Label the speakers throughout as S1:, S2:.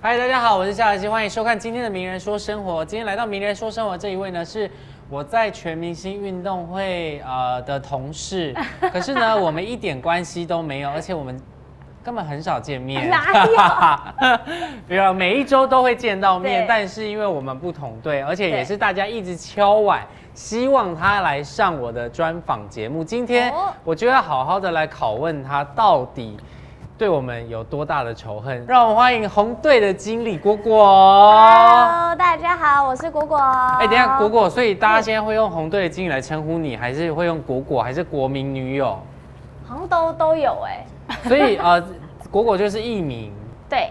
S1: 嗨，大家好，我是夏小希，欢迎收看今天的《名人说生活》。今天来到《名人说生活》这一位呢，是我在全明星运动会呃的同事， 可是呢，我们一点关系都没有，而且我们根本很少见面。
S2: 哪
S1: 没有，每一周都会见到面
S2: 对，
S1: 但是因为我们不同队，而且也
S2: 对
S1: 是大家一直敲碗，希望他来上我的专访节目。今天
S2: 哦
S1: 我就要好好的来拷问他到底。对我们有多大的仇恨？让我们欢迎红队的经理果果。
S2: Hello，大家好，我是果果。哎
S1: 哎、等一下果，果，所以大家现在会用红队的经理来称呼你，还是会用果果，还是国民女 友？
S2: 好像都都有哎、
S1: 所以呃，果果就是艺名，
S2: 对，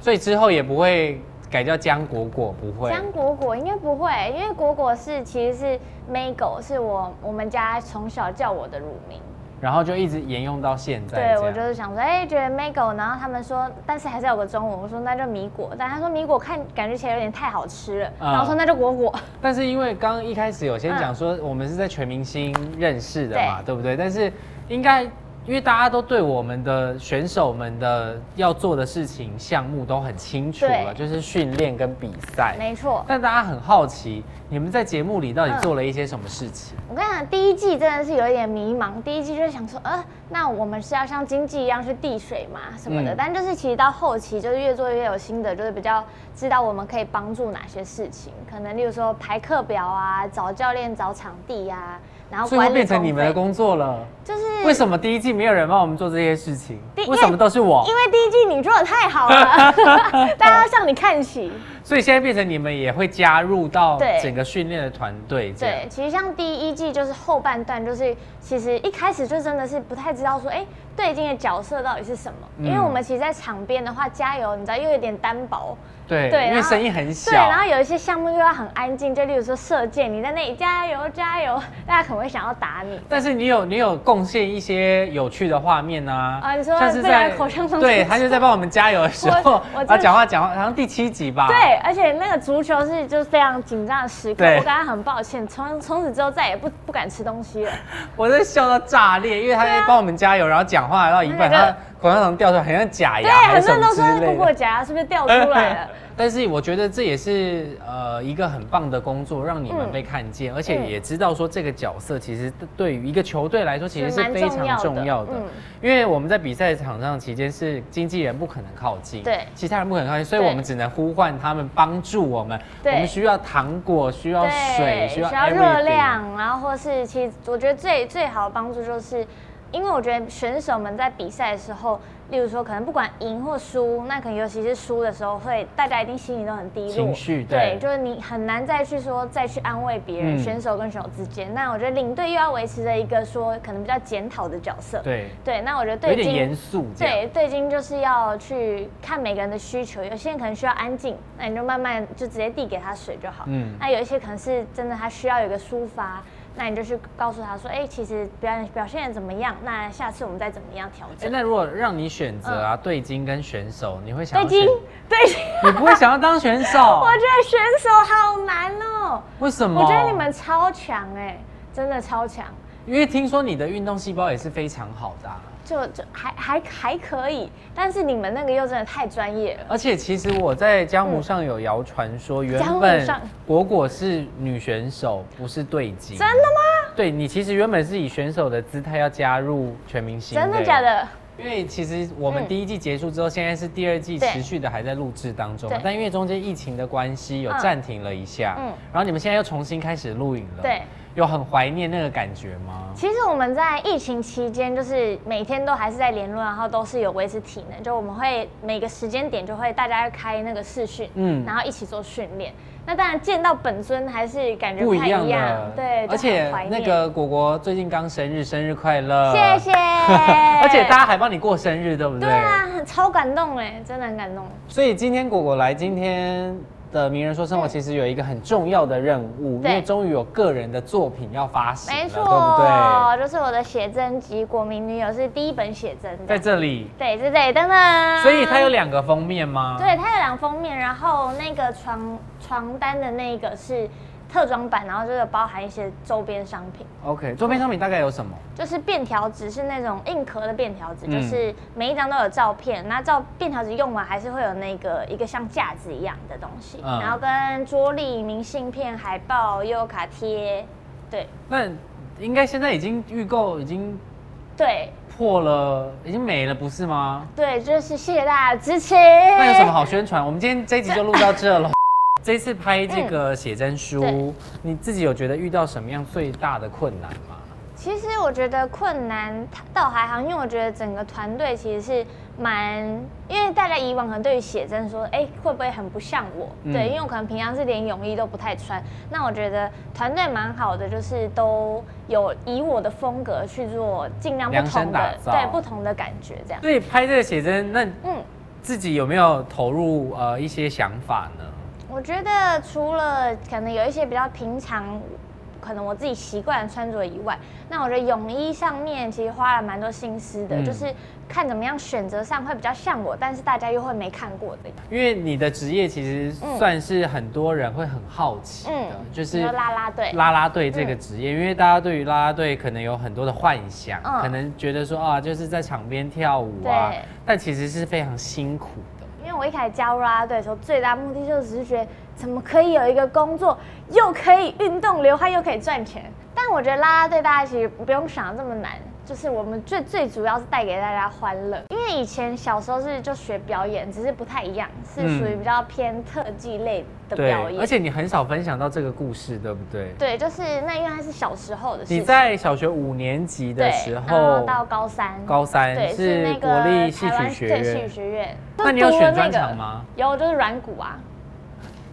S1: 所以之后也不会改叫江果果，不会。
S2: 江果果应该不会，因为果果是其实是 Mago，是我我们家从小叫我的乳名。
S1: 然后就一直沿用到现在。
S2: 对，
S1: 这
S2: 我
S1: 样
S2: 就是想说，哎、觉得 Mago，然后他们说，但是还是要有个中文，我说那就米果，但他说米果看感觉起来有点太好吃了，
S1: 嗯
S2: 然后说那就果果。
S1: 但是因为刚刚一开始有先讲说，我们是在全明星认识的嘛，对不对？但是应该因为大家都对我们的选手们的要做的事情项目都很清楚了，就
S2: 对
S1: 是训练跟比赛。
S2: 没错，嗯
S1: 但大家很好奇，你们在节目里到底做了一些什么事情？
S2: 我跟你讲，第一季真的是有一点迷茫。第一季就是想说，呃，那我们是要像经济一样去递水嘛什么的，
S1: 嗯
S2: 但就是其实到后期就是越做越有心得，就是比较知道我们可以帮助哪些事情，可能例如说排课表啊、找教练、找场地啊，然后
S1: 所以会
S2: 管理
S1: 变成你们的
S2: 工
S1: 工作了。
S2: 费，就是
S1: 为什么第一季没有人帮我们做这些事情
S2: 第？因为
S1: 为什么都是我？
S2: 因为第一季你做的太好 了，大家要向你看齐。
S1: 所以现在变成你们也会加入到
S2: 对
S1: 整个训练的团队这样
S2: 对。，其实像第一季就是后半段，就是其实一开始就真的是不太知道说，哎、对镜的角色到底是什么？因为
S1: 嗯
S2: 我们其实，在场边的话，加油，你知道又有点单薄，
S1: 对，
S2: 对
S1: 因为
S2: 然后
S1: 声音很小。
S2: 对，然后有一些项目又要很安静，就例如说射箭，你在那里加油加油， 大家可能会想要打你。
S1: 但是你有你有贡献一些有趣的画面啊，
S2: 啊你说被人口香糖
S1: 对
S2: 吃
S1: 他就在帮我们加油的时候
S2: 我我，真
S1: 他
S2: 的
S1: 讲话讲话，好像第七集吧，，
S2: 对，而且那个足球是就是非常紧张的时刻，
S1: 对
S2: 我跟他很抱歉，从从此之后再也不不敢吃东西了。
S1: 我在笑到炸裂，因为他
S2: 啊
S1: 在帮我们加油，然后讲话到一半，
S2: 那
S1: 他
S2: 个
S1: 口香糖掉出来，很像假
S2: 对
S1: 牙，哎还
S2: 很
S1: 是
S2: 多
S1: 什么
S2: 人
S1: 之
S2: 都说
S1: 类
S2: 果
S1: 的
S2: 果。夹是不是掉出来啊了？
S1: 但是我觉得这也是呃一个很棒的工作，让你们
S2: 嗯
S1: 被看见，而且
S2: 嗯
S1: 也知道说这个角色其实对于一个球队来说其实
S2: 是
S1: 是
S2: 蛮
S1: 非
S2: 重
S1: 常
S2: 要的
S1: 重要的
S2: 嗯，
S1: 因为我们在比赛场上期间是经纪人不可能靠近，
S2: 对
S1: 其他人不可能靠近，所以
S2: 对
S1: 我们只能呼唤他们帮助我们，我
S2: 对
S1: 们需要糖果，需要水，
S2: 对，
S1: 需要
S2: 热
S1: everything
S2: 量，然后或是其实我觉得最最好的帮助就是，因为我觉得选手们在比赛的时候，例如说可能不管赢或输，那可能尤其是输的时候会，大家一定心里都很低落，
S1: 情绪对
S2: 就是你很难再去说再去安慰别人，
S1: 嗯
S2: 选手跟选手之间。那我觉得领队又要维持着一个说可能比较检讨的角色，
S1: 对，
S2: 对，那我觉得
S1: 有
S2: 对
S1: 点
S2: 经
S1: 严肃这样。
S2: 对，对金就是要去看每个人的需求，有些人可能需要安静，那你就慢慢就直接递给他水就好。
S1: 嗯
S2: 嗯，那有一些可能是真的他需要有一个抒发，那你就去告诉他说，哎、其实表演表现的怎么样，那下次我们再怎么样调
S1: 哎，
S2: 整。
S1: 那如果让你选择啊，对金跟选手，你会想
S2: 嗯对
S1: 要
S2: 金
S1: 选？，
S2: 对金，
S1: 你不会想要当选手
S2: 我？觉得选手好难哦、
S1: 为什么？
S2: 我觉得你们超强哎、真的超强，
S1: 因为听说你的运动细胞也是非常好的啊、
S2: 就就还还还可以，但是你们那个又真的太专业了。
S1: 而且其实我在江湖上有谣传说，原
S2: 江湖
S1: 本
S2: 上
S1: 果果是女选手，不是对金。
S2: 真的吗？
S1: 对你其实原本是以选手的姿态要加入全明星，
S2: 真的假？的？
S1: 因为其实我们
S2: 嗯
S1: 第一季结束之后，现在是第二季
S2: 对
S1: 持续的还在录制当中
S2: 对，
S1: 但因为中间疫情的关系有
S2: 嗯
S1: 暂停了一下，
S2: 嗯
S1: 然后你们现在又重新开始录影了，
S2: 对，
S1: 有很怀念那个感觉吗？
S2: 其实我们在疫情期间，就是每天都还是在联络，然后都是有维持体能，就我们会每个时间点就会大家开那个视讯，
S1: 嗯
S2: 嗯，然后一起做训练。那当然见到本尊还是感觉
S1: 不
S2: 不
S1: 一
S2: 太一
S1: 样
S2: 样，
S1: 的，
S2: 对，就
S1: 而且
S2: 很怀
S1: 那
S2: 念
S1: 个果果最近刚生日，生日快乐，，
S2: 谢谢
S1: 而且大家还帮你过生日，对不对？
S2: 对啊，很超感动哎，真的很感动。
S1: 所以今天果果来今天的名人说生活，
S2: 嗯
S1: 其实有一个很重要的任务，因
S2: 对
S1: 为终于有个人的作品要发行了，
S2: 没
S1: 啊对
S2: 错，
S1: 不对？
S2: 就是我的写真集《国民女友》是第一本写真
S1: 在
S2: 的，
S1: 这里，
S2: 对，是这里，噔噔。
S1: 所以它有两个封面吗？
S2: 对，它有两封面，然后那个床床单的那个是特装版，然后就是包含一些周边商品，
S1: OK，周边商品大概有什么？
S2: 就是便条纸是那种硬壳的便条纸，
S1: 嗯
S2: 就是每一张都有照片，那照便条纸用完还是会有那个一个像架子一样的东西，
S1: 嗯
S2: 然后跟桌历、明信片、海报、悠游卡贴，对
S1: 那应该现在已经预购已经
S2: 对
S1: 破了，已经没了，不是吗？
S2: 对，就是谢谢大家的支持。
S1: 那
S2: 那
S1: 有什么？好宣传？我们今天这一集就录到这 了。这次拍这个写真书，
S2: 嗯对
S1: 你自己有觉得遇到什么样最大的困难吗？
S2: 其实我觉得困难倒还好，因为我觉得整个团队其实是蛮，因为大家以往可能对于写真说，哎、会不会很不像我？
S1: 嗯
S2: 对，因为我可能平常是连泳衣都不太穿。那我觉得团队蛮好的，就是都有以我的风格去做，尽量不
S1: 量身
S2: 同
S1: 打
S2: 的，
S1: 造
S2: 对不同的感觉这样。
S1: 所以拍这个写真，那
S2: 嗯，
S1: 自己有没有投入呃一些想法呢？
S2: 我觉得除了可能有一些比较平常，可能我自己习惯的穿着以外，那我觉得泳衣上面其实花了蛮多心思的，
S1: 嗯
S2: 就是看怎么样选择上会比较像我，但是大家又会没看过的。
S1: 因为你的职业其实
S2: 嗯
S1: 算是很多人会很好奇的，就是
S2: 比如啦啦队，
S1: 啦啦队这个职业，因为大家对于啦啦队可能有很多的幻想，
S2: 嗯
S1: 可能觉得说啊，就是在场边跳舞啊
S2: 对，
S1: 但其实是非常辛苦的。
S2: 因为我一开始加入啦啦队的时候，最大目的就只是觉得怎么可以有一个工作，又可以运动流汗，又可以赚钱。但我觉得啦啦队大家其实不用想得这么难，就是我们最最主要是带给大家欢乐。因为以前小时候是就学表演，只是不太一样，是
S1: 嗯
S2: 属于比较偏特技类的表演。
S1: 而且你很少分享到这个故事，对不对？
S2: 对，就是那因为它是小时候的事情。
S1: 你在小学五年级的
S2: 对
S1: 时
S2: 然
S1: 候
S2: 后，到高三，
S1: 高三
S2: 对
S1: 是
S2: 那
S1: 国
S2: 个
S1: 立戏
S2: 台湾
S1: 曲学
S2: 对戏
S1: 院
S2: 曲，学院。
S1: 那你有
S2: 就读了
S1: 选专
S2: 那个
S1: 场吗？
S2: 有，就是软骨啊。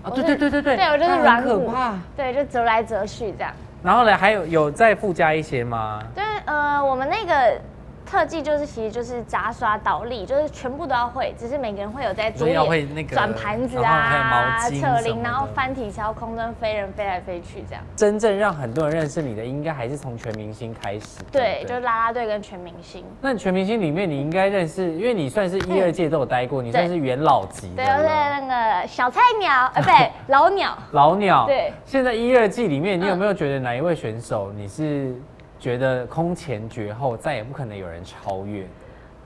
S1: 啊，
S2: 我
S1: 对对
S2: 是
S1: 对对对，
S2: 对我就是
S1: 那很
S2: 软
S1: 可
S2: 骨
S1: 怕。
S2: 对，就折来折去这样。
S1: 然后呢，还有有再附加一些吗？
S2: 对，呃，我们那个特技就是其实就是杂耍、倒立，就是全部都要会，只是每个人会有在
S1: 所
S2: 桌
S1: 以要
S2: 演
S1: 会那个
S2: 转盘子
S1: 然后
S2: 啊、
S1: 还有毛巾
S2: 扯
S1: 什么
S2: 铃，
S1: 的
S2: 然后翻体操、空中飞人飞来飞去这样。
S1: 真正让很多人认识你的，应该还是从全明星开始。
S2: 对，
S1: 不
S2: 就是啦啦队跟全明星。
S1: 那你全明星里面，你应该认识，因为你算是一二届都有待过，你算是元老级的
S2: 对，我是
S1: 了。
S2: 那个小菜鸟，呃，不对， 老鸟。
S1: 老鸟。
S2: 对
S1: 现在一二季里面，你有没有觉得哪一位选手你是觉得空前绝后，再也不可能有人超越？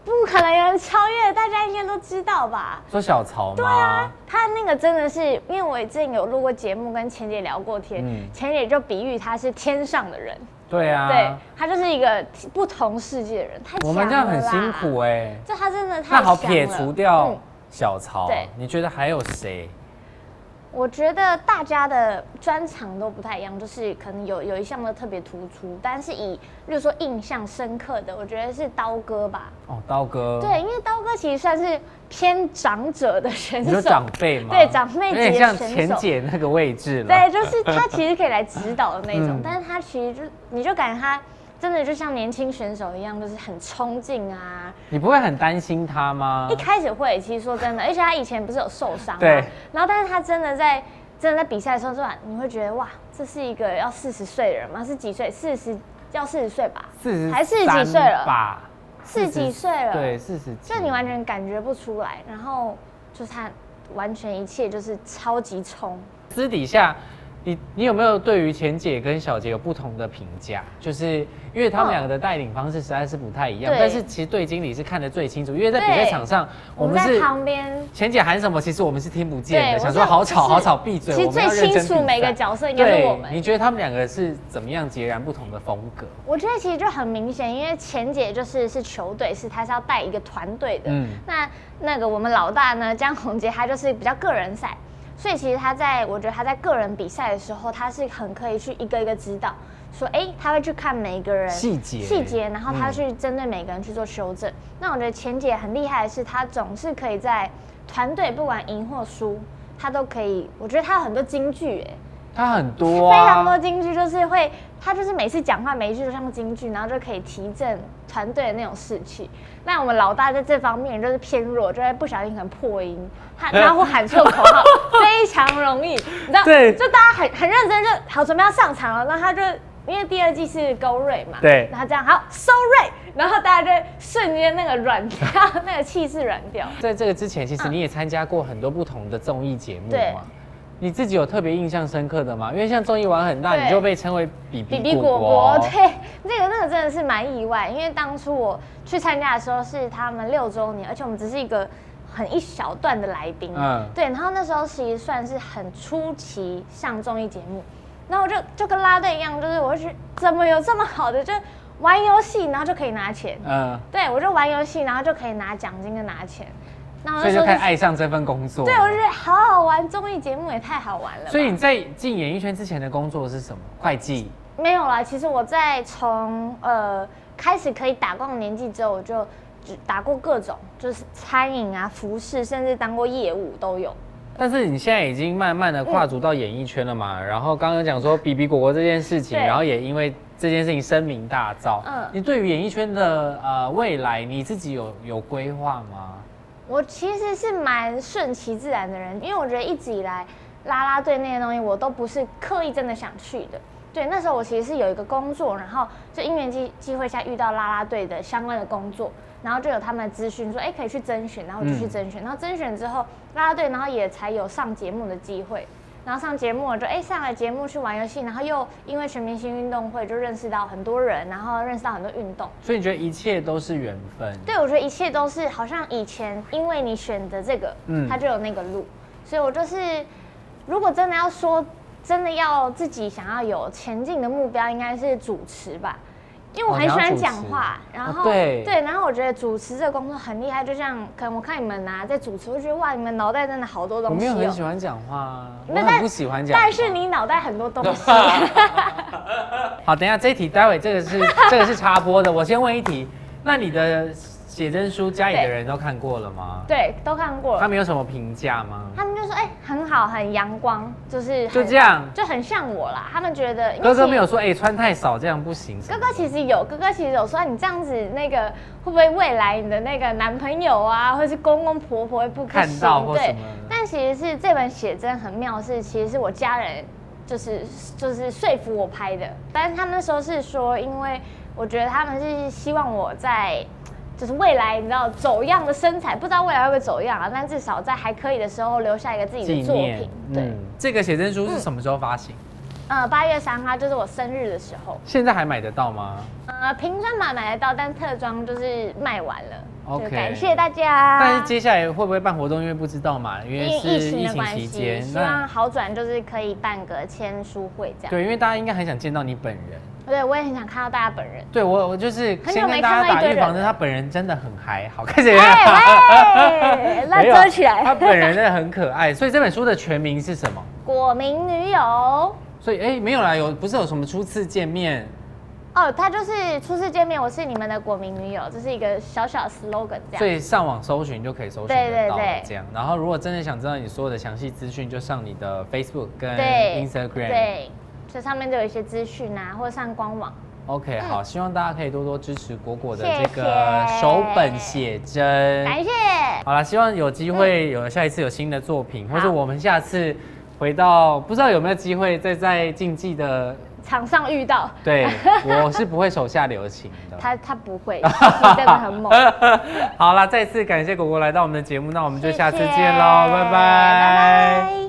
S2: 不可能有人超越，大家应该都知道吧？
S1: 说小曹吗？对啊。
S2: 他那个真的是，因为我之前有录过节目，跟钱姐聊过天，
S1: 嗯
S2: 钱姐就比喻他是天上的人，
S1: 对啊。
S2: 对他就是一个不同世界的人，太强
S1: 我们这样很
S2: 了啦
S1: 辛苦哎、
S2: 这他真的太
S1: 那好，
S2: 强
S1: 撇
S2: 了
S1: 除掉
S2: 嗯
S1: 小曹，
S2: 对
S1: 你觉得还有谁？
S2: 我觉得大家的专长都不太一样，就是可能有有一项的特别突出，但是以，例如说印象深刻的，我觉得是刀哥吧。
S1: 哦，刀哥。
S2: 对，。因为刀哥其实算是偏长者的选
S1: 你说
S2: 手，
S1: 长辈吗？
S2: 对长辈
S1: 有
S2: 级的
S1: 点像
S2: 选
S1: 钱
S2: 手
S1: 姐那个位置了。
S2: 对，就是他其实可以来指导的那种，
S1: 嗯
S2: 但是他其实就你就感觉他真的就像年轻选手一样，就是很冲劲啊。
S1: 你不会很担心他吗？
S2: 一开始会，其实说真的，而且他以前不是有受伤吗？
S1: 哦对。
S2: 然后，但是他真的在真的在比赛的时候，就你会觉得哇，这是一个要四十岁的人吗？是几岁？四十要四十岁吧？
S1: 四十
S2: 还四十几岁了？
S1: 吧？
S2: 四十几岁了？
S1: 对，。四十几。
S2: 就你完全感觉不出来，然后就是他完全一切就是超级冲。
S1: 私底下，你你有没有对于钱姐跟小杰有不同的评价？就是因为他们
S2: 嗯
S1: 两个的带领方式实在是不太一样，
S2: 对
S1: 但是其实对经理是看得最清楚，因为在比赛
S2: 对
S1: 场上，我
S2: 我们
S1: 们
S2: 在
S1: 是。
S2: 旁边
S1: 钱姐喊什么，其实我们是听不见的，
S2: 对
S1: 想
S2: 我
S1: 说
S2: 是
S1: 好吵
S2: 就是
S1: 好吵，闭嘴。
S2: 其实
S1: 我们要
S2: 最
S1: 认真
S2: 清楚
S1: 比赛
S2: 每个角色应该是我们
S1: 对你觉得他们两个是怎么样截然不同的风格？
S2: 我觉得其实就很明显，因为钱姐就是是球队，是她是要带一个团队的。
S1: 嗯
S2: 那那个我们老大呢，江宏杰，他就是比较个人赛，所以其实他在我觉得他在个人比赛的时候，他是很可以去一个一个指导，说哎、诶他会去看每一个人
S1: 细节
S2: 细节，然后他
S1: 嗯
S2: 去针对每个人去做修正。那我觉得钱姐很厉害的是，她总是可以在团队不管赢或输，她都可以。我觉得她有很多金句哎、诶
S1: 他很多、啊，
S2: 非常多京剧，就是会他就是每次讲话每一句都像京剧，然后就可以提振团队的那种士气。那我们老大在这方面就是偏弱，就会不小心可能破音，他然后喊错口号，非常容易，你知道？
S1: 对
S2: 就大家很很认真就好准备要上场了，那他就。因为第二季是勾瑞嘛，
S1: 对
S2: 然后这样好收瑞，然后大家就会瞬间那个软掉，那个气势软掉。
S1: 在这个之前，其实你也参加过很多不同的综艺节目
S2: 嗯对
S1: 嘛。你自己有特别印象深刻的吗？因为像综艺玩很大，
S2: 对
S1: 你就被称为比
S2: 比
S1: 比
S2: 比
S1: 果
S2: 果
S1: 果
S2: 果，，对，这个那个真的是蛮意外，因为当初我去参加的时候是他们六周年，而且我们只是一个很一小段的来宾，
S1: 嗯
S2: 对，然后那时候其实算是很初期上综艺节目，然后我就就跟拉队一样，就是我会去怎么有这么好的，就玩游戏然后就可以拿钱，
S1: 嗯，
S2: 对我就玩游戏然后就可以拿奖金跟拿钱，那我
S1: 所
S2: 那
S1: 以
S2: 时
S1: 就
S2: 候
S1: 开始
S2: 是
S1: 爱上这份工作。
S2: 对，我就觉得好好玩，综艺节目也太好玩了吧，
S1: 所以你在进演艺圈之前的工作是什么？会计。
S2: 没有啦，其实我在从呃开始可以打工的年纪之后，我就只打过各种，就是餐饮啊、服饰，甚至当过业务都有。
S1: 但是你现在已经慢慢的跨足到演艺圈了嘛？然后刚刚讲说比比果果这件事情，
S2: 嗯对
S1: 然后也因为这件事情声名大噪。嗯
S2: 嗯，
S1: 你对于演艺圈的呃未来，你自己有有规划吗？
S2: 我其实是蛮顺其自然的人，因为我觉得一直以来啦啦队那些东西，我都不是刻意真的想去的。对，那时候我其实是有一个工作，然后就因缘机机会下遇到啦啦队的相关的工作，然后就有他们的资讯说，哎、可以去甄选，然后我就去甄选，然后甄选之后啦啦队，然后也才有上节目的机会。然后上节目我就哎上了节目去玩游戏，然后又因为全明星运动会就认识到很多人，然后认识到很多运动，
S1: 所以你觉得一切都是缘分？
S2: 对，我觉得一切都是好像以前，因为你选择这个，
S1: 嗯
S2: 嗯，它就有那个路，所以我就是，如果真的要说，真的要自己想要有前进的目标，应该是主持吧，因为我
S1: 哦
S2: 很
S1: 你
S2: 喜
S1: 要
S2: 欢
S1: 主
S2: 讲
S1: 持
S2: 话，然
S1: 哦
S2: 后、
S1: 对
S2: 然后我觉得主持这个工作很厉害，就像可能我看你们啊在主持，我觉得哇，你们脑袋真的好多
S1: 我
S2: 东
S1: 没
S2: 西
S1: 有很
S2: 哦、
S1: 喜欢讲话啊，我
S2: 那
S1: 很
S2: 但
S1: 不喜欢讲话。
S2: 但是你脑袋很多东 西，
S1: 好，等一下这一题，待会这个是这个是插播的，我先问一题，那你的写真书家里的
S2: 对
S1: 人都看过了吗？
S2: 对，都看过
S1: 他
S2: 了，
S1: 们有什么评价吗？
S2: 他们就说哎、很好，很阳光，就是
S1: 就
S2: 很
S1: 这样，
S2: 就很像我啦，他们觉得因为
S1: 哥
S2: 其
S1: 哥
S2: 实
S1: 没有说哎、穿太少这样不行什
S2: 哥
S1: 么的。
S2: 哥其实有，哥哥其实有说你这样子那个会不会未来你的那个男朋友啊，或是公公婆婆会不开
S1: 看
S2: 心？
S1: 到或什
S2: 对
S1: 么，
S2: 但其实是这本写真很妙，是其实是我家人就是就是说服我拍的，但是他们那时候是说，因为我觉得他们是希望我在。就是未来，你知道走样的身材，不知道未来会不会走样啊？但至少在还可以的时候留下一个自己的作品。对，
S1: 嗯，这个写真书是什么时候发行？
S2: 呃，八月三号就是我生日的时候。
S1: 现在还买得到吗？
S2: 呃，平装版买得到，但特装就是卖完了。就
S1: OK
S2: 感谢大家。
S1: 但是接下来会不会办活动？因为不知道嘛，因为
S2: 因
S1: 是
S2: 疫情
S1: 疫
S2: 的
S1: 情
S2: 关
S1: 期
S2: 系，
S1: 间。
S2: 希望好转，就是可以办个签书会这样。
S1: 对，因为大家应该很想见到你本人。
S2: 对，我也很想看到大家本 人。
S1: 对我，我就是
S2: 很久
S1: 先跟
S2: 没
S1: 大
S2: 看
S1: 家
S2: 到一
S1: 打
S2: 堆
S1: 预防
S2: 人
S1: 针，
S2: 了
S1: 他本人真的很嗨，好看起来。
S2: 哎喂， 那
S1: 啊没有啊
S2: 遮起
S1: 他
S2: 来。
S1: 本人真的很可爱，所以这本书的全名是什么？
S2: 果民女友。
S1: 所以哎、没有啦，有不是有什么初次见面？
S2: 哦，她就是初次见面，我是你们的果民女友，这是一个小小的 slogan 这
S1: 所
S2: 样。
S1: 以上网搜寻就可以搜寻
S2: 对
S1: 得
S2: 对
S1: 到
S2: 对
S1: 这样。然后如果真的想知道你所有的详细资讯，就上你的 Facebook 跟
S2: 对
S1: Instagram。
S2: 对，这上面都有一些资讯啊，或者上官网。
S1: OK，好，希望大家可以多多支持果果的
S2: 嗯谢
S1: 这个
S2: 谢
S1: 手本写真。
S2: 感谢，
S1: 好啦，希望有机会有下一次有新的作品，或者
S2: 好
S1: 我们下次回到不知道有没有机会再在竞技的。
S2: 场上 遇到。
S1: 对，我是不会手下留情的。
S2: 他他不会，你真的很猛。
S1: 好啦，再次感谢果果来到我们的节目，那我们就下次
S2: 谢谢
S1: 见喽，拜拜
S2: 拜拜